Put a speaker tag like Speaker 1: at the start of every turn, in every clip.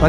Speaker 1: 大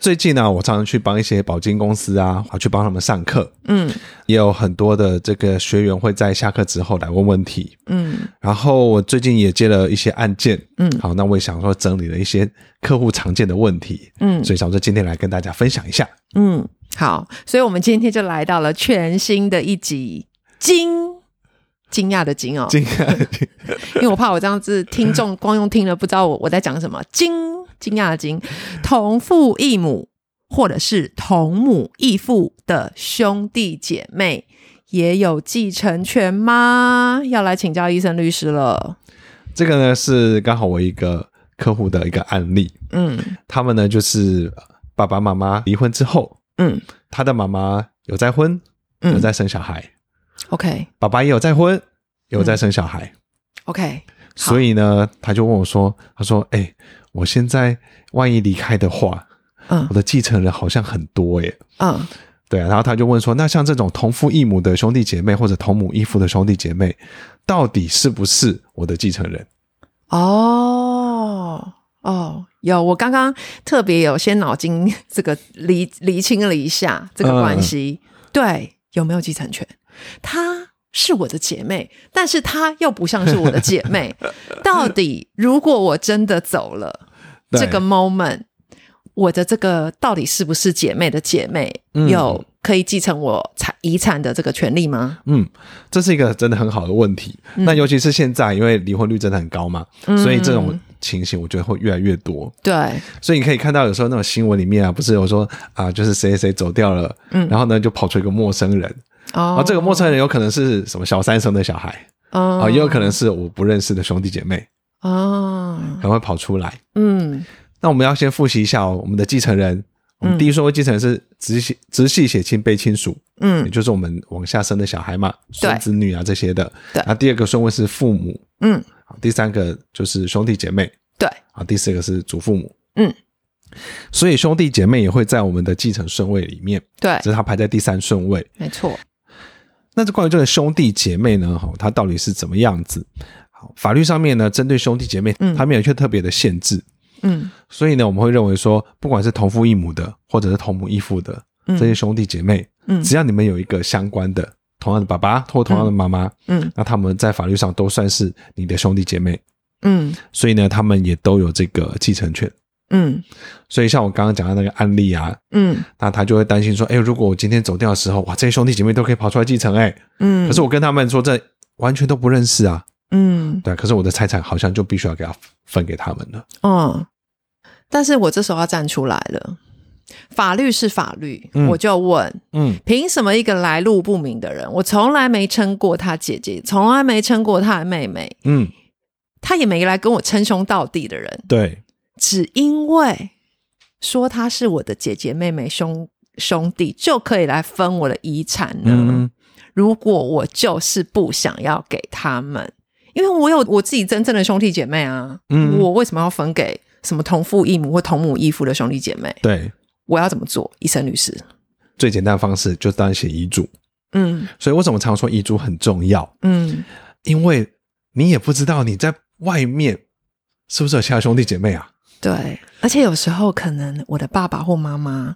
Speaker 1: 最近呢、我常常去帮一些保金公司啊，去帮他们上课，
Speaker 2: 嗯
Speaker 1: 也有很多的这个学员会在下课之后来问问题。
Speaker 2: 嗯
Speaker 1: 然后我最近也接了一些案件，
Speaker 2: 嗯
Speaker 1: 好，那我也想说整理了一些客户常见的问题，
Speaker 2: 嗯
Speaker 1: 所以想说今天来跟大家分享一下。
Speaker 2: 嗯，好，所以我们今天就来到了全新的一集惊。惊讶的惊哦，
Speaker 1: 今天
Speaker 2: 因为我怕我这样子听众光用听了不知道我我在讲什么，惊惊讶的惊，同父异母或者是同母异父的兄弟姐妹也有继承权吗？要来请教医生律师了。
Speaker 1: 这个呢是刚好我一个客户的一个案例，
Speaker 2: 嗯
Speaker 1: 他们呢就是爸爸妈妈离婚之后，
Speaker 2: 嗯
Speaker 1: 他的妈妈有再婚，有
Speaker 2: 嗯
Speaker 1: 在生小孩，
Speaker 2: ，OK
Speaker 1: 爸爸也有再婚，有在生小孩，
Speaker 2: OK，好
Speaker 1: 所以呢，他就问我说：“他说，哎、我现在万一离开的话，
Speaker 2: 嗯
Speaker 1: 我的继承人好像很多耶、
Speaker 2: 嗯
Speaker 1: 对啊，然后他就问说：“那像这种同父异母的兄弟姐妹，或者同母异父的兄弟姐妹，到底是不是我的继承人
Speaker 2: 哦哦，有，我刚刚特别有先脑筋这个厘厘清了一下这个关
Speaker 1: 嗯
Speaker 2: 系，对，有没有继承权？她是我的姐妹，但是她又不像是我的姐 妹。到底如果我真的走了，
Speaker 1: 对
Speaker 2: 这个 moment，我的这个到底是不是姐妹的姐妹，
Speaker 1: 嗯
Speaker 2: 有可以继承我财遗产的这个权利吗？？”
Speaker 1: 嗯，这是一个真的很好的问题。
Speaker 2: 嗯
Speaker 1: 那尤其是现在，因为离婚率真的很高嘛，所以这种情形我觉得会越来越多。
Speaker 2: 对，
Speaker 1: 所以你可以看到，有时候那种新闻里面啊，不是有说啊，就是谁谁谁走掉了，
Speaker 2: 嗯
Speaker 1: 然后呢就跑出一个陌生人，然
Speaker 2: 哦
Speaker 1: 后，这个陌生人有可能是什么小三生的小孩啊、
Speaker 2: 啊
Speaker 1: 也有可能是我不认识的兄弟姐妹，
Speaker 2: 啊，
Speaker 1: 然后会跑出来。
Speaker 2: 嗯。
Speaker 1: 那我们要先复习一下、哦、我们的继承人，我们第一顺位继承人是直系直系血亲被亲属，
Speaker 2: 嗯
Speaker 1: 也就是我们往下生的小孩嘛，孙子女啊这些的。
Speaker 2: 对
Speaker 1: 那第二个顺位是父母，
Speaker 2: 嗯，
Speaker 1: 啊第三个就是兄弟姐妹，
Speaker 2: 对，
Speaker 1: 啊，第四个是祖父母，
Speaker 2: 嗯，
Speaker 1: 所以兄弟姐妹也会在我们的继承顺位里面，
Speaker 2: 对，
Speaker 1: 只是它排在第三顺位。
Speaker 2: 没错，
Speaker 1: 那这关于这个兄弟姐妹呢，哈，它到底是怎么样子？好，法律上面呢，针对兄弟姐妹，
Speaker 2: 嗯
Speaker 1: 他们有一些特别的限制，
Speaker 2: 嗯
Speaker 1: 所以呢，我们会认为说，不管是同父异母的，或者是同母异父的
Speaker 2: 嗯
Speaker 1: 这些兄弟姐妹，
Speaker 2: 嗯
Speaker 1: 只要你们有一个相关的同样的爸爸或同样的妈妈，
Speaker 2: 嗯
Speaker 1: 那他们在法律上都算是你的兄弟姐妹，
Speaker 2: 嗯
Speaker 1: 所以呢，他们也都有这个继承权。
Speaker 2: 嗯
Speaker 1: 所以像我刚刚讲的那个案例啊，
Speaker 2: 嗯
Speaker 1: 那他就会担心说，哎，如果我今天走掉的时候，哇，这些兄弟姐妹都可以跑出来继承，哎，
Speaker 2: 嗯，
Speaker 1: 可是我跟他们说这完全都不认识啊，
Speaker 2: 嗯
Speaker 1: 对啊，可是我的财产好像就必须要给他分给他们了。
Speaker 2: 嗯，但是我这时候要站出来了，法律是法律，
Speaker 1: 嗯
Speaker 2: 我就问，
Speaker 1: 嗯，
Speaker 2: 凭什么一个来路不明的人，我从来没称过他姐姐，从来没称过他的妹妹，
Speaker 1: 嗯，
Speaker 2: 他也没来跟我称兄道弟的人，
Speaker 1: 对，
Speaker 2: 只因为说他是我的姐姐、妹妹、兄兄弟，就可以来分我的遗产呢？
Speaker 1: 嗯
Speaker 2: 如果我就是不想要给他们，因为我有我自己真正的兄弟姐妹啊，
Speaker 1: 嗯
Speaker 2: 我为什么要分给什么同父异母或同母异父的兄弟姐妹？
Speaker 1: 对，
Speaker 2: 我要怎么做？医生律师，
Speaker 1: 最简单的方式就当然写遗嘱。
Speaker 2: 嗯
Speaker 1: 所以为什么常说遗嘱很重要？
Speaker 2: 嗯，
Speaker 1: 因为你也不知道你在外面是不是有其他兄弟姐妹啊？
Speaker 2: 对，而且有时候可能我的爸爸或妈妈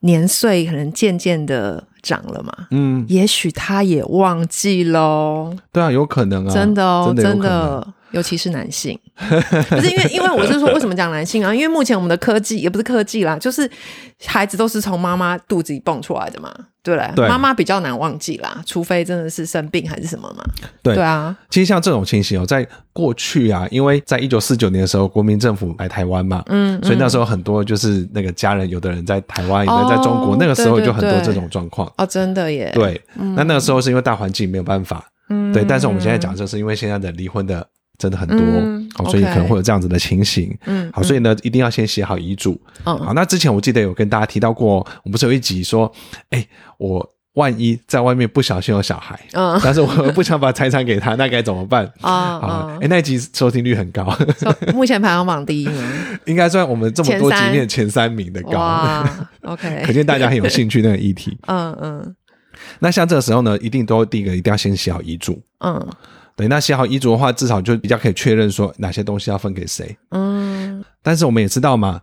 Speaker 2: 年岁可能渐渐的长了嘛，
Speaker 1: 嗯，
Speaker 2: 也许他也忘记喽。
Speaker 1: 对啊，有可能啊，
Speaker 2: 真的哦，
Speaker 1: 真的有
Speaker 2: 真
Speaker 1: 可能，
Speaker 2: 的，尤其是 男性，不是因为因为我是说，为什么讲男性啊？因为目前我们的科技也不是科技啦，就是孩子都是从妈妈肚子里蹦出来的嘛，对不对？
Speaker 1: 对
Speaker 2: 妈妈比较难忘记啦，除非真的是生病还是什么嘛。
Speaker 1: 对
Speaker 2: 啊，
Speaker 1: 其实像这种情形哦，在过去啊，因为在一九四九年的时候，国民政府来台湾嘛，
Speaker 2: 嗯，
Speaker 1: 所以那时
Speaker 2: 候、
Speaker 1: 候很多就是那个家人，有的人在台湾，有的人在中国，
Speaker 2: 哦
Speaker 1: 那个时候
Speaker 2: 对对
Speaker 1: 就很多
Speaker 2: 对
Speaker 1: 这种状况。
Speaker 2: 哦，真的耶，，
Speaker 1: 对，那那个时候是因为大环境没有办法，
Speaker 2: 嗯
Speaker 1: 对。但是我们现在讲，就是因为现在的离婚的真的很多，
Speaker 2: 嗯
Speaker 1: 好，所以
Speaker 2: OK
Speaker 1: 可能会有这样子的情形。
Speaker 2: 嗯，
Speaker 1: 好，所以呢，一定要先写好遗嘱。
Speaker 2: 嗯
Speaker 1: 好，那之前我记得有跟大家提到过，我们不是有一集说，哎，我万一在外面不小心有小孩，
Speaker 2: 嗯
Speaker 1: 但是我不想把财产给他，那该怎么办？
Speaker 2: 啊
Speaker 1: 啊
Speaker 2: 啊，
Speaker 1: 哎、！那一集收听率很高，
Speaker 2: So，目前排行榜第一 名，
Speaker 1: 应该算我们这么多集里面前三名的高，
Speaker 2: 哇，OK，
Speaker 1: 可见大家很有兴趣那个议题。
Speaker 2: 嗯嗯
Speaker 1: 那像这个时候呢，一定都第一个一定要先写好遗嘱。
Speaker 2: 嗯
Speaker 1: 对，那写好遗嘱的话，至少就比较可以确认说哪些东西要分给谁。
Speaker 2: 嗯，
Speaker 1: 但是我们也知道嘛，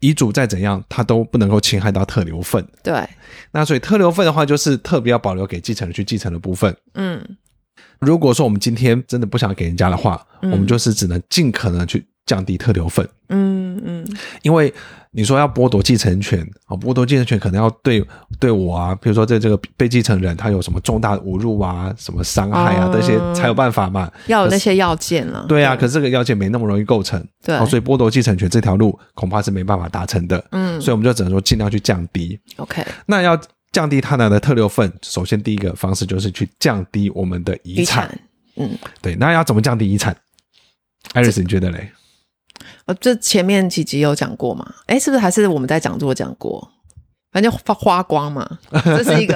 Speaker 1: 遗嘱再怎样，它都不能够侵害到特留份。
Speaker 2: 对，
Speaker 1: 那所以特留份的话，就是特别要保留给继承人去继承的部分。
Speaker 2: 嗯
Speaker 1: 如果说我们今天真的不想给人家的话，
Speaker 2: 嗯
Speaker 1: 我们就是只能尽可能去降低特留份，
Speaker 2: 嗯嗯
Speaker 1: 因为你说要剥夺继承权啊、剥夺继承权可能要对对我啊，比如说对这个被继承人他有什么重大的侮辱啊、什么伤害啊、
Speaker 2: 哦
Speaker 1: 这些才有办法嘛。
Speaker 2: 要有那些要件了，
Speaker 1: 对啊，可是这个要件没那么容易构成，
Speaker 2: 对
Speaker 1: 哦所以剥夺继承权这条路恐怕是没办法达成的，
Speaker 2: 嗯
Speaker 1: 所以我们就只能说尽量去降低。
Speaker 2: ，OK，
Speaker 1: 那要降低他拿的特留份，首先第一个方式就是去降低我们的遗
Speaker 2: 遗
Speaker 1: 产。
Speaker 2: 产，嗯，
Speaker 1: 对，那要怎么降低遗产？艾瑞斯，你觉得嘞？
Speaker 2: 呃，这前面几集有讲过嘛？哎，是不是还是我们在讲座讲过？反正就花花光 嘛，这是一个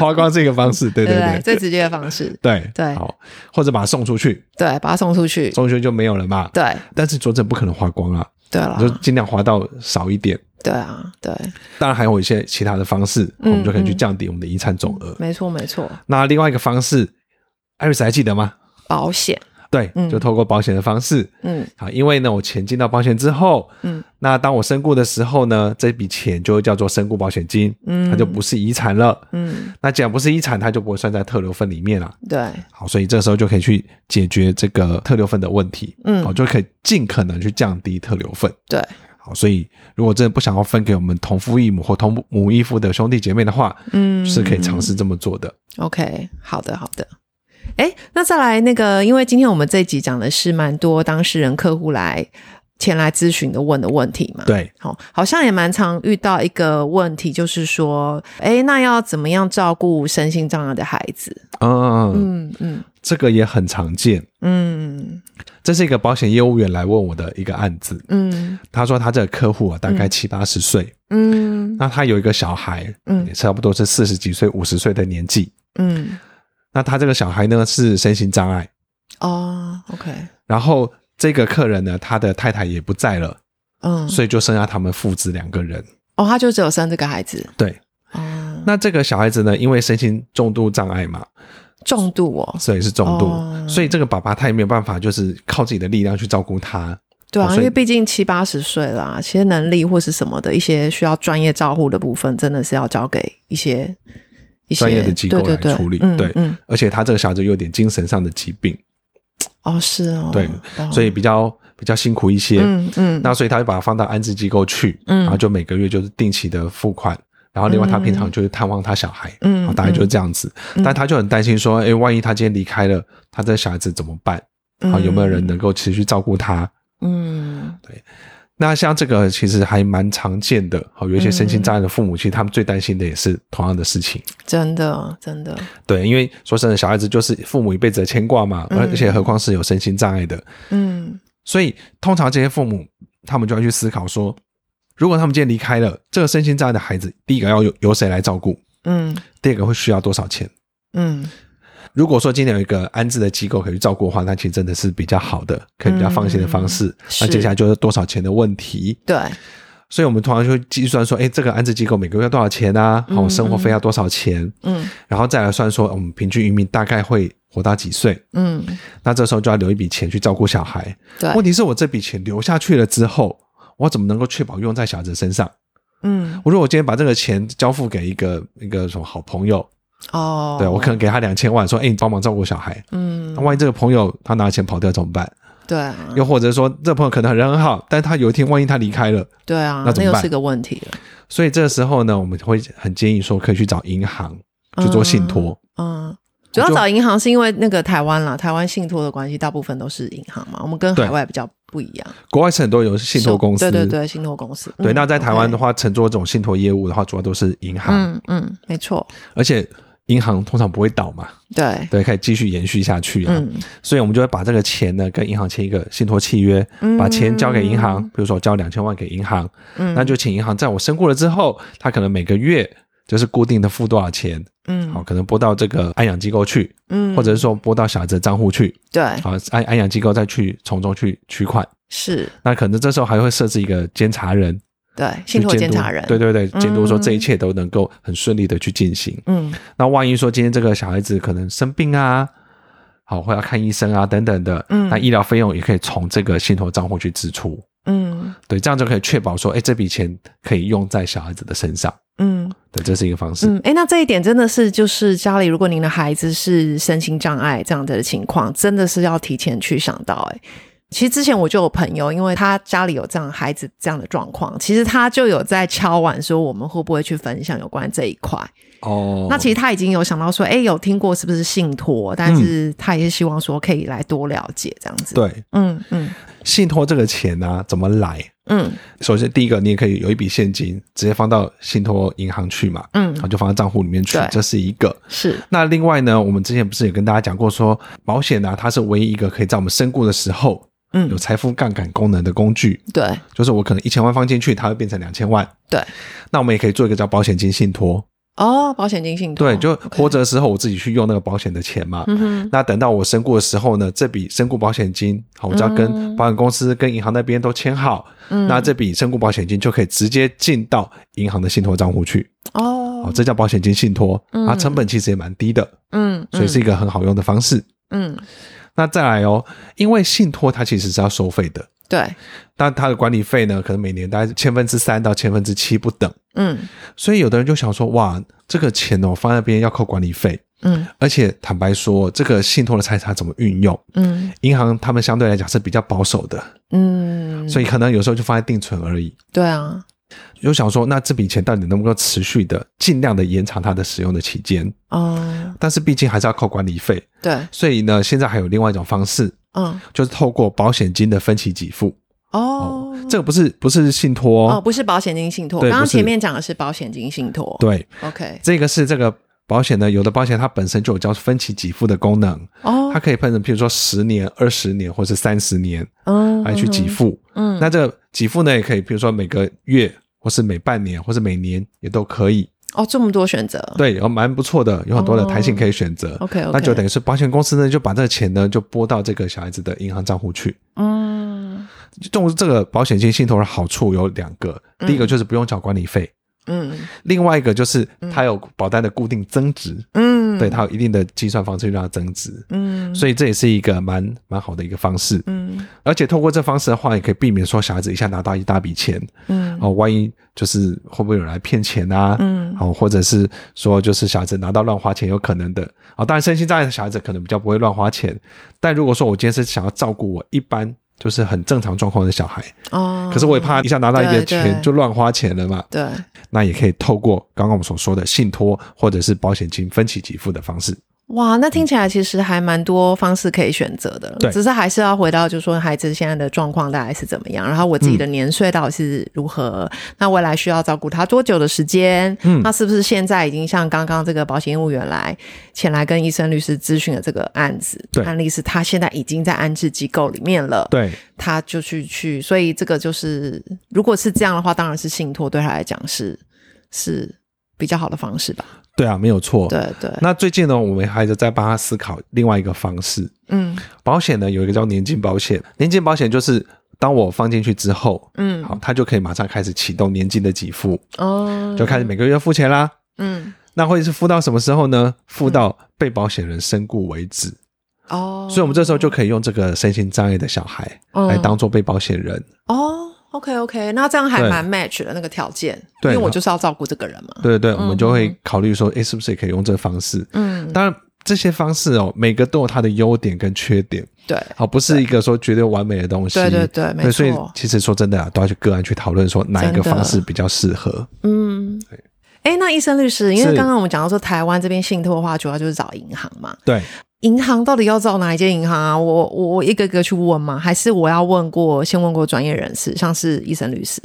Speaker 1: 花光这个方式，对
Speaker 2: 对
Speaker 1: 对
Speaker 2: 不
Speaker 1: 对
Speaker 2: 对，最直接的方式，
Speaker 1: 对
Speaker 2: 对
Speaker 1: 好，或者把它送出去，
Speaker 2: 对，啊把它送出去，
Speaker 1: 送出去就没有了嘛。
Speaker 2: 对
Speaker 1: 但是说真的不可能花光啊，
Speaker 2: 对
Speaker 1: 你就
Speaker 2: 了，
Speaker 1: 尽量花到少一点。
Speaker 2: 对啊，对，
Speaker 1: 当然还有一些其他的方式，我
Speaker 2: 嗯
Speaker 1: 们就可以去降低我们的遗产总额。
Speaker 2: 没错没错，
Speaker 1: 那另外一个方式，艾瑞斯还记得吗？
Speaker 2: 保险，
Speaker 1: 对，
Speaker 2: 嗯
Speaker 1: 就透过保险的方式。
Speaker 2: 嗯
Speaker 1: 好，因为呢，我钱进到保险之后，
Speaker 2: 嗯，
Speaker 1: 那当我身故的时候呢，这笔钱就会叫做身故保险金，
Speaker 2: 嗯
Speaker 1: 它就不是遗产了。
Speaker 2: 嗯，
Speaker 1: 那既然不是遗产，它就不会算在特留份里面了。
Speaker 2: 对，
Speaker 1: 好，所以这时候就可以去解决这个特留份的问题，
Speaker 2: 嗯
Speaker 1: 好，就可以尽可能去降低特留份。
Speaker 2: 对，
Speaker 1: 好，所以如果真的不想要分给我们同父异母或同母异父的兄弟姐妹的话，
Speaker 2: 嗯
Speaker 1: 是可以尝试这么做的。
Speaker 2: OK，好的，好的。哎，那再来那个，因为今天我们这一集讲的是蛮多当事人客户来前来咨询的问的问题嘛。。
Speaker 1: 对，
Speaker 2: 好、好像也蛮常遇到一个问题，就是说，哎，那要怎么样照顾身心障碍的孩子？
Speaker 1: 嗯嗯，嗯
Speaker 2: 嗯嗯
Speaker 1: 这个也很常见。
Speaker 2: 嗯
Speaker 1: 这是一个保险业务员来问我的一个案子，
Speaker 2: 嗯
Speaker 1: 他说他这个客户啊，大概七八十岁，
Speaker 2: 嗯
Speaker 1: 那他有一个小孩，
Speaker 2: 嗯
Speaker 1: 也差不多是四十几岁、五十岁的年纪。
Speaker 2: 嗯，
Speaker 1: 那他这个小孩呢是身心障碍，
Speaker 2: 哦，OK，
Speaker 1: 然后这个客人呢，他的太太也不在了，
Speaker 2: 嗯，
Speaker 1: 所以就剩下他们父子两个人。
Speaker 2: 哦，他就只有生这个孩子
Speaker 1: 对，
Speaker 2: 哦，
Speaker 1: 那这个小孩子呢，因为身心重度障碍嘛，
Speaker 2: 重度哦，
Speaker 1: 所以是重度，
Speaker 2: 哦
Speaker 1: 所以这个爸爸他也没有办法，就是靠自己的力量去照顾他。
Speaker 2: 对
Speaker 1: 哦
Speaker 2: 啊，
Speaker 1: 所以
Speaker 2: 因为毕竟七八十岁啦、其实能力或是什么的一些需要专业照护的部分，真的是要交给一些一些
Speaker 1: 专业的机构
Speaker 2: 对对对
Speaker 1: 来处理
Speaker 2: 嗯
Speaker 1: 对
Speaker 2: 嗯，
Speaker 1: 而且他这个小孩子有点精神上的疾病，
Speaker 2: 哦，是哦，
Speaker 1: 对
Speaker 2: 哦
Speaker 1: 所以比较比较辛苦一些。
Speaker 2: 嗯嗯，
Speaker 1: 那所以他就把他放到安置机构去，
Speaker 2: 嗯
Speaker 1: 然后就每个月就是定期的付款，然后另外他平常就是探望他小孩，
Speaker 2: 嗯
Speaker 1: 然后大概就是这样子。但他就很担心说，哎，万一他今天离开了，他这小孩子怎么办？
Speaker 2: 嗯
Speaker 1: 啊，有没有人能够持续照顾他？
Speaker 2: 嗯
Speaker 1: 那像这个其实还蛮常见的，好，有一些身心障碍的父母，其实他们最担心的也是同样的事情。
Speaker 2: 真的真的
Speaker 1: 对，因为说真的，小孩子就是父母一辈子的牵挂嘛，
Speaker 2: 嗯
Speaker 1: 而且何况是有身心障碍的，
Speaker 2: 嗯
Speaker 1: 所以通常这些父母他们就要去思考说，如果他们今天离开了这个身心障碍的孩子，第一个要由由谁来照顾，
Speaker 2: 嗯
Speaker 1: 第二个会需要多少钱。
Speaker 2: 嗯
Speaker 1: 如果说今天有一个安置的机构可以去照顾的话，那其实真的是比较好的，可以比较放心的方式。那
Speaker 2: 是
Speaker 1: 接下来嗯就是多少钱的问题，
Speaker 2: 对
Speaker 1: 所以我们通常就会计算说，哎，这个安置机构每个月要多少钱啊？
Speaker 2: 嗯
Speaker 1: 好、生活费要多少钱？
Speaker 2: 嗯
Speaker 1: 然后再来算说，我们平均余命大概会活到几岁？
Speaker 2: 嗯
Speaker 1: 那这时候就要留一笔钱去照顾小孩。
Speaker 2: 对
Speaker 1: 问题是我这笔钱留下去了之后，我怎么能够确保用在小孩子身上？
Speaker 2: 嗯
Speaker 1: 我如果我今天把这个钱交付给一个一个什么好朋友，
Speaker 2: 哦，
Speaker 1: 对我可能给他两千万，说：“哎、你帮忙照顾小孩。”
Speaker 2: 嗯
Speaker 1: 那万一这个朋友他拿钱跑掉怎么办？
Speaker 2: 对啊
Speaker 1: 又或者说，这个朋友可能人很好，但他有一天万一他离开了，
Speaker 2: 对啊，
Speaker 1: 那
Speaker 2: 那
Speaker 1: 怎么
Speaker 2: 又
Speaker 1: 办
Speaker 2: 是个问题了，
Speaker 1: 所以这个时候呢，我们会很建议说，可以去找银行去做信托。
Speaker 2: 嗯。主要找银行是因为那个台湾啦，台湾信托的关系，大部分都是银行嘛。我们跟
Speaker 1: 对
Speaker 2: 海外比较不一样，
Speaker 1: 国外是很多有信托公司，
Speaker 2: 对对对，信托公司。
Speaker 1: 对。
Speaker 2: 嗯
Speaker 1: 那在台湾的
Speaker 2: OK
Speaker 1: 话，承做这种信托业务的话，主要都是银行，
Speaker 2: 嗯嗯，没错，
Speaker 1: 而且银行通常不会倒嘛，
Speaker 2: 对，
Speaker 1: 对，可以继续延续下去啊。
Speaker 2: 嗯
Speaker 1: 所以我们就会把这个钱呢跟银行签一个信托契约，
Speaker 2: 嗯
Speaker 1: 把钱交给银行，比如说我交两千万给银行，
Speaker 2: 嗯，
Speaker 1: 那就请银行在我身故了之后，他可能每个月就是固定的付多少钱，哦
Speaker 2: 嗯，
Speaker 1: 好，可能拨到这个安养机构去，
Speaker 2: 嗯，
Speaker 1: 或者是说拨到小孩子的账户去，
Speaker 2: 对，
Speaker 1: 好，安安养机构再去从中去取款。
Speaker 2: 是，
Speaker 1: 那可能这时候还会设置一个监察人
Speaker 2: 对，
Speaker 1: 去
Speaker 2: 信托
Speaker 1: 监
Speaker 2: 监
Speaker 1: 督
Speaker 2: 察人，
Speaker 1: 对，对对，监督说
Speaker 2: 嗯
Speaker 1: 这一切都能够很顺利的去进行。
Speaker 2: 嗯，
Speaker 1: 那万一说今天这个小孩子可能生病啊，好或要看医生啊等等的，
Speaker 2: 嗯
Speaker 1: 那医疗费用也可以从这个信托账户去支出，
Speaker 2: 嗯
Speaker 1: 对，这样就可以确保说，哎，这笔钱可以用在小孩子的身上，
Speaker 2: 嗯
Speaker 1: 对，这是一个方式。
Speaker 2: 嗯，哎，那这一点真的是，就是家里如果您的孩子是身心障碍这样的情况，真的是要提前去想到、哎。其实之前我就有朋友，因为他家里有这样孩子这样的状况，其实他就有在敲碗说我们会不会去分享有关这一块。
Speaker 1: 哦
Speaker 2: 那其实他已经有想到说，哎、有听过是不是信托？但是他也是希望说可以来多了解这样子。，
Speaker 1: 嗯对
Speaker 2: 嗯嗯
Speaker 1: 信托这个钱呢、怎么来？
Speaker 2: 嗯
Speaker 1: 首先，第一个，你也可以有一笔现金，直接放到信托银行去嘛，然后
Speaker 2: 嗯，
Speaker 1: 就放到账户里面去
Speaker 2: 对，
Speaker 1: 这是一个。
Speaker 2: 是，
Speaker 1: 那另外呢，我们之前不是也跟大家讲过说，保险呢、它是唯一一个可以在我们身故的时候
Speaker 2: 嗯
Speaker 1: 有，财富杠杆功能的工具。
Speaker 2: 对
Speaker 1: 就是我可能一千万放进去，它会变成两千万。
Speaker 2: 对，
Speaker 1: 那我们也可以做一个叫保险金信托，
Speaker 2: 哦，保险金信托，
Speaker 1: 对，就
Speaker 2: OK
Speaker 1: 活着的时候我自己去用那个保险的钱嘛。
Speaker 2: 嗯哼，
Speaker 1: 那等到我身故的时候呢，这笔身故保险金，好，我只要跟
Speaker 2: 嗯
Speaker 1: 保险公司、跟银行那边都签好，
Speaker 2: 嗯
Speaker 1: 那这笔身故保险金就可以直接进到银行的信托账户去。
Speaker 2: 哦
Speaker 1: 哦，，这叫保险金信托，
Speaker 2: 嗯
Speaker 1: 它成本其实也蛮低的，
Speaker 2: 嗯，
Speaker 1: 所以是一个很好用的方式。
Speaker 2: 嗯，嗯
Speaker 1: 那再来哦，因为信托它其实是要收费的，
Speaker 2: 对，
Speaker 1: 但它的管理费呢，可能每年大概千分之三到千分之七不等。
Speaker 2: 嗯
Speaker 1: 所以有的人就想说，哇，这个钱哦放在那边要扣管理费，
Speaker 2: 嗯
Speaker 1: 而且坦白说，这个信托的财产怎么运用，
Speaker 2: 嗯
Speaker 1: 银行他们相对来讲是比较保守的，
Speaker 2: 嗯，
Speaker 1: 所以可能有时候就放在定存而已。
Speaker 2: 对啊，
Speaker 1: 就想说，那这笔钱到底能不能够持续的、尽量的延长它的使用的期间？
Speaker 2: 哦，
Speaker 1: 但是毕竟还是要扣管理费，
Speaker 2: 对，
Speaker 1: 所以呢，现在还有另外一种方式，
Speaker 2: 嗯
Speaker 1: 就是透过保险金的分期给付。
Speaker 2: 哦，
Speaker 1: 这个不是不是信托
Speaker 2: 哦
Speaker 1: 哦，
Speaker 2: 不是保险金信托，
Speaker 1: 对
Speaker 2: 刚刚
Speaker 1: 不是
Speaker 2: 前面讲的是保险金信托，
Speaker 1: 对，
Speaker 2: ，OK，
Speaker 1: 这个是这个保险呢，有的保险它本身就有叫分期给付的功能，
Speaker 2: 哦
Speaker 1: 它，可以分成，譬如说十年、二十年或是三十年
Speaker 2: 嗯
Speaker 1: 来去给，付。
Speaker 2: 嗯，
Speaker 1: 那这个给付呢，也可以，譬如说每个月，或是每半年，或是每年也都可以。
Speaker 2: 哦，这么多选择，
Speaker 1: 对，然后蛮不错的，有很多的
Speaker 2: 哦
Speaker 1: 弹性可以选择。
Speaker 2: ，OK，
Speaker 1: 那就等于是保险公司呢，就把这个钱呢，就拨到这个小孩子的银行账户去。
Speaker 2: 嗯
Speaker 1: 用这个保险金信托的好处有两个，第一个就是不用缴管理费，
Speaker 2: 嗯
Speaker 1: 另外一个就是它有保单的固定增值，
Speaker 2: 嗯，
Speaker 1: 对，它有一定的计算方式让它增值。
Speaker 2: 嗯，
Speaker 1: 所以这也是一个蛮蛮好的一个方式，
Speaker 2: 嗯
Speaker 1: 而且透过这方式的话，也可以避免说小孩子一下拿到一大笔钱，
Speaker 2: 嗯
Speaker 1: 哦，万一就是会不会有人来骗钱啊？
Speaker 2: 嗯
Speaker 1: 哦，或者是说就是小孩子拿到乱花钱有可能的啊、当然，身心障碍的小孩子可能比较不会乱花钱，但如果说我今天是想要照顾我一般就是很正常状况的小孩，
Speaker 2: 哦，
Speaker 1: 可是我也怕一下拿到一
Speaker 2: 对
Speaker 1: 个
Speaker 2: 对
Speaker 1: 钱就乱花钱了嘛，
Speaker 2: 对，
Speaker 1: 那也可以透过刚刚我们所说的信托或者是保险金分期给付的方式。
Speaker 2: 哇，那听起来其实还蛮多方式可以选择的，
Speaker 1: 嗯对
Speaker 2: 只是还是要回到，就说孩子现在的状况大概是怎么样，然后
Speaker 1: 嗯
Speaker 2: 我自己的年岁到底是如何，那未来需要照顾他多久的时间？
Speaker 1: 嗯
Speaker 2: 那是不是现在已经像刚刚这个保险业务员来前来跟医生律师咨询的这个案子
Speaker 1: 对
Speaker 2: 案例是他现在已经在安置机构里面了，
Speaker 1: 对，
Speaker 2: 他就去去，所以这个就是如果是这样的话，当然是信托对他来讲是是比较好的方式吧？
Speaker 1: 对啊，没有错。
Speaker 2: 对对，
Speaker 1: 那最近呢，我们还在帮他思考另外一个方式。
Speaker 2: 嗯
Speaker 1: 保险呢有一个叫年金保险，年金保险就是当我放进去之后，
Speaker 2: 嗯，
Speaker 1: 好，它就可以马上开始启动年金的给付，
Speaker 2: 哦，
Speaker 1: 就开始每个月付钱啦。
Speaker 2: 嗯
Speaker 1: 那会是付到什么时候呢？付到被保险人身故为止。
Speaker 2: 哦，
Speaker 1: 所以，我们这时候就可以用这个身心障碍的小孩
Speaker 2: 嗯
Speaker 1: 来当做被保险人。
Speaker 2: 哦，OK OK，那这样还
Speaker 1: 对
Speaker 2: 蛮 match 的那个条件，
Speaker 1: 对
Speaker 2: 因为
Speaker 1: 然
Speaker 2: 我
Speaker 1: 后
Speaker 2: 就是要照顾这个人嘛，
Speaker 1: 对对对，我们就会考虑说，诶，是不是也可以用这个方式？
Speaker 2: 嗯，
Speaker 1: 当然，这些方式哦，每个都有它的优点跟缺点，
Speaker 2: 对，
Speaker 1: 好，不是一个说绝对完美的东西。
Speaker 2: 对对对，没
Speaker 1: 对，所以
Speaker 2: 错，
Speaker 1: 其实说真的啊，都要去个案去讨论说哪一个
Speaker 2: 真的
Speaker 1: 方式比较适合。
Speaker 2: 嗯，哎，那医生律师，因为
Speaker 1: 是
Speaker 2: 刚刚我们讲到说台湾这边信托的话，主要就是找银行嘛，
Speaker 1: 对，
Speaker 2: 银行到底要找哪一间银行啊？我我我一个个去问吗？还是我要问过先问过专业人士，像是医生律师？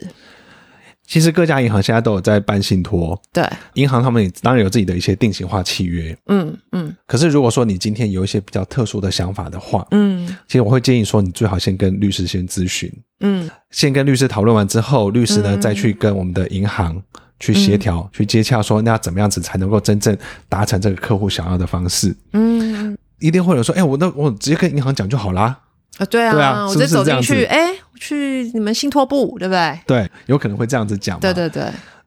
Speaker 1: 其实各家银行现在都有在办信托，
Speaker 2: 对，
Speaker 1: 银行他们也当然有自己的一些定型化契约。
Speaker 2: 嗯嗯
Speaker 1: 可是如果说你今天有一些比较特殊的想法的话，
Speaker 2: 嗯
Speaker 1: 其实我会建议说，你最好先跟律师先咨询，
Speaker 2: 嗯
Speaker 1: 先跟律师讨论完之后，律师呢再去跟我们的银行去协
Speaker 2: 嗯
Speaker 1: 调、去接洽说，那怎么样子才能够真正达成这个客户想要的方式？
Speaker 2: 嗯，
Speaker 1: 一定会有人说，哎、我那我直接跟银行讲就好啦。
Speaker 2: 啊，对啊，
Speaker 1: 对啊
Speaker 2: 我
Speaker 1: 是不
Speaker 2: 就是走
Speaker 1: 这
Speaker 2: 进
Speaker 1: 样子
Speaker 2: 去，哎，去你们信托部，对不对？
Speaker 1: 对，有可能会这样子讲。
Speaker 2: 对。对对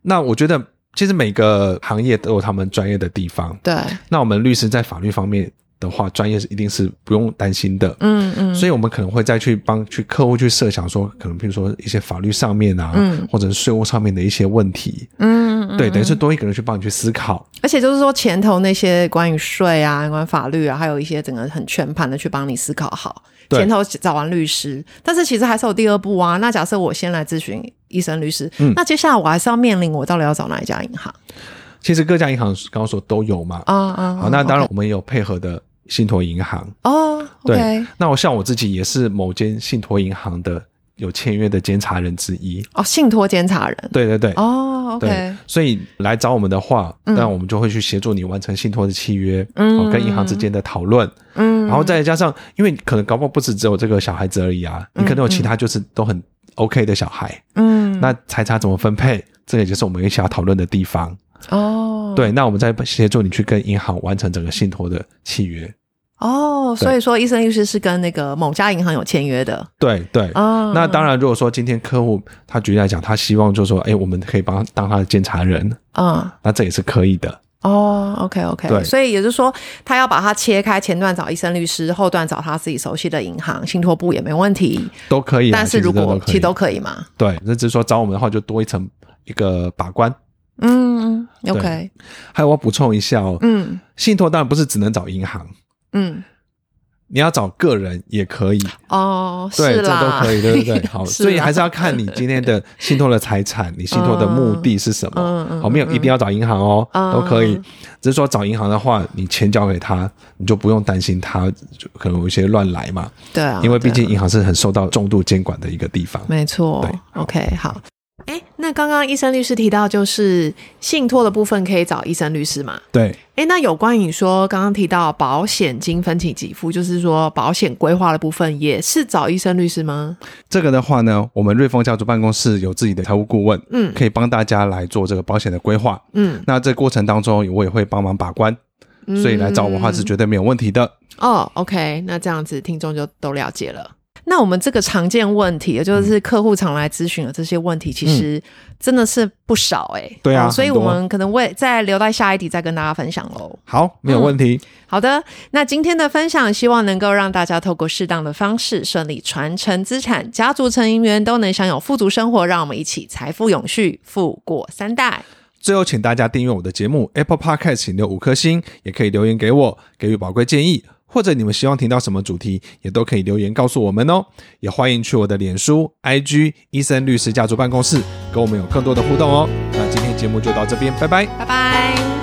Speaker 1: 那我觉得，其实每个行业都有他们专业的地方。
Speaker 2: 对，
Speaker 1: 那我们律师在法律方面的话，专业是一定是不用担心的。
Speaker 2: 嗯嗯，
Speaker 1: 所以我们可能会再去帮去客户去设想说，可能譬如说一些法律上面啊，
Speaker 2: 嗯
Speaker 1: 或者是税务上面的一些问题，
Speaker 2: 嗯嗯，
Speaker 1: 对，等于是多一个人去帮你去思考，
Speaker 2: 而且就是说前头那些关于税啊、关于法律啊，还有一些整个很全盘的去帮你思考好。
Speaker 1: 对
Speaker 2: 前头找完律师，但是其实还是有第二步啊。那假设我先来咨询医生、律师，
Speaker 1: 嗯
Speaker 2: 那接下来我还是要面临我到底要找哪一家银行
Speaker 1: 其实各家银行刚刚说都有嘛，
Speaker 2: 啊啊？
Speaker 1: 好，那当然我们也有配合的信托银行，
Speaker 2: 哦
Speaker 1: 对
Speaker 2: ，OK，
Speaker 1: 那我像我自己也是某间信托银行的有签约的监察人之一，
Speaker 2: 哦，信托监察人，
Speaker 1: 对对对，
Speaker 2: 哦
Speaker 1: 对
Speaker 2: ，OK，，
Speaker 1: 所以来找我们的话，
Speaker 2: 嗯
Speaker 1: 那我们就会去协助你完成信托的契约，
Speaker 2: 嗯
Speaker 1: 哦跟银行之间的讨论，
Speaker 2: 嗯，
Speaker 1: 然后再加上，因为可能搞不好不止只有这个小孩子而已啊，你可能有其他就是都很 OK 的小孩，
Speaker 2: 嗯，
Speaker 1: 那财产怎么分配，这个也就是我们一起要讨论的地方。
Speaker 2: 哦，
Speaker 1: 对，那我们再协助你去跟银行完成整个信托的契约。
Speaker 2: 哦，所以说医生、律师是跟那个某家银行有签约的
Speaker 1: 对对。
Speaker 2: 啊。
Speaker 1: 那当然，如果说今天客户他举例来讲，他希望就是说，哎，我们可以帮他当他的监察人，
Speaker 2: 啊，
Speaker 1: 那这也是可以的。
Speaker 2: 哦，OK OK，
Speaker 1: 对
Speaker 2: 所以也就是说，他要把它切开，前段找医生、律师，后段找他自己熟悉的银行、信托部也没问题。
Speaker 1: 都可以啊，
Speaker 2: 但是如果
Speaker 1: 其
Speaker 2: 其
Speaker 1: 实
Speaker 2: 实
Speaker 1: 都
Speaker 2: 都
Speaker 1: 可以
Speaker 2: 可以嘛，
Speaker 1: 对，那只是说找我们的话，就多一层一个把关。
Speaker 2: 嗯嗯，OK，
Speaker 1: 还有我要补充一下哦，
Speaker 2: 嗯
Speaker 1: 信托当然不是只能找银行，
Speaker 2: 嗯，
Speaker 1: 你要找个人也可以，
Speaker 2: 哦，
Speaker 1: 对，
Speaker 2: 是
Speaker 1: 这都
Speaker 2: 啦，
Speaker 1: 可以，对不对？好，
Speaker 2: 是
Speaker 1: 所以
Speaker 2: 啦
Speaker 1: 还是要看你今天的信托的财产，你信托的目的是什么。
Speaker 2: 嗯嗯嗯
Speaker 1: 好，没有一定要找银行哦，
Speaker 2: 嗯
Speaker 1: 都可以。只是说找银行的话，你钱交给他，你就不用担心他就可能有一些乱来嘛，
Speaker 2: 对啊，
Speaker 1: 因为毕
Speaker 2: 对啊
Speaker 1: 竟银行是很受到重度监管的一个地方。
Speaker 2: 没错
Speaker 1: 对
Speaker 2: ，OK，好。哎，那刚刚医生律师提到，就是信托的部分可以找医生律师嘛？
Speaker 1: 对，
Speaker 2: 哎，那有关于说刚刚提到保险金分期给付，就是说保险规划的部分，也是找医生律师吗？
Speaker 1: 这个的话呢，我们瑞丰家族办公室有自己的财务顾问，
Speaker 2: 嗯
Speaker 1: 可以帮大家来做这个保险的规划。
Speaker 2: 嗯，
Speaker 1: 那这过程当中，我也会帮忙把关，所以来找我的话是绝对没有问题的。
Speaker 2: 哦、o k 那这样子听众就都了解了。那我们这个常见问题，也就是客户常来咨询的这些问题，其实真的是不少哎、
Speaker 1: 对啊
Speaker 2: 哦所以
Speaker 1: 很
Speaker 2: 我
Speaker 1: 多
Speaker 2: 们可能会再留到下一题再跟大家分享喽。
Speaker 1: 好，没有问题。
Speaker 2: 好的，那今天的分享希望能够让大家透过适当的方式顺利传承资产，家族成员都能享有富足生活。让我们一起财富永续，富过三代。
Speaker 1: 最后，请大家订阅我的节目 Apple Podcast，请留五颗星，也可以留言给我，给予宝贵建议，或者你们希望听到什么主题，也都可以留言告诉我们哦。也欢迎去我的脸书、IG 医生律师家族办公室，跟我们有更多的互动哦。那今天节目就到这边，拜拜。
Speaker 2: 拜拜。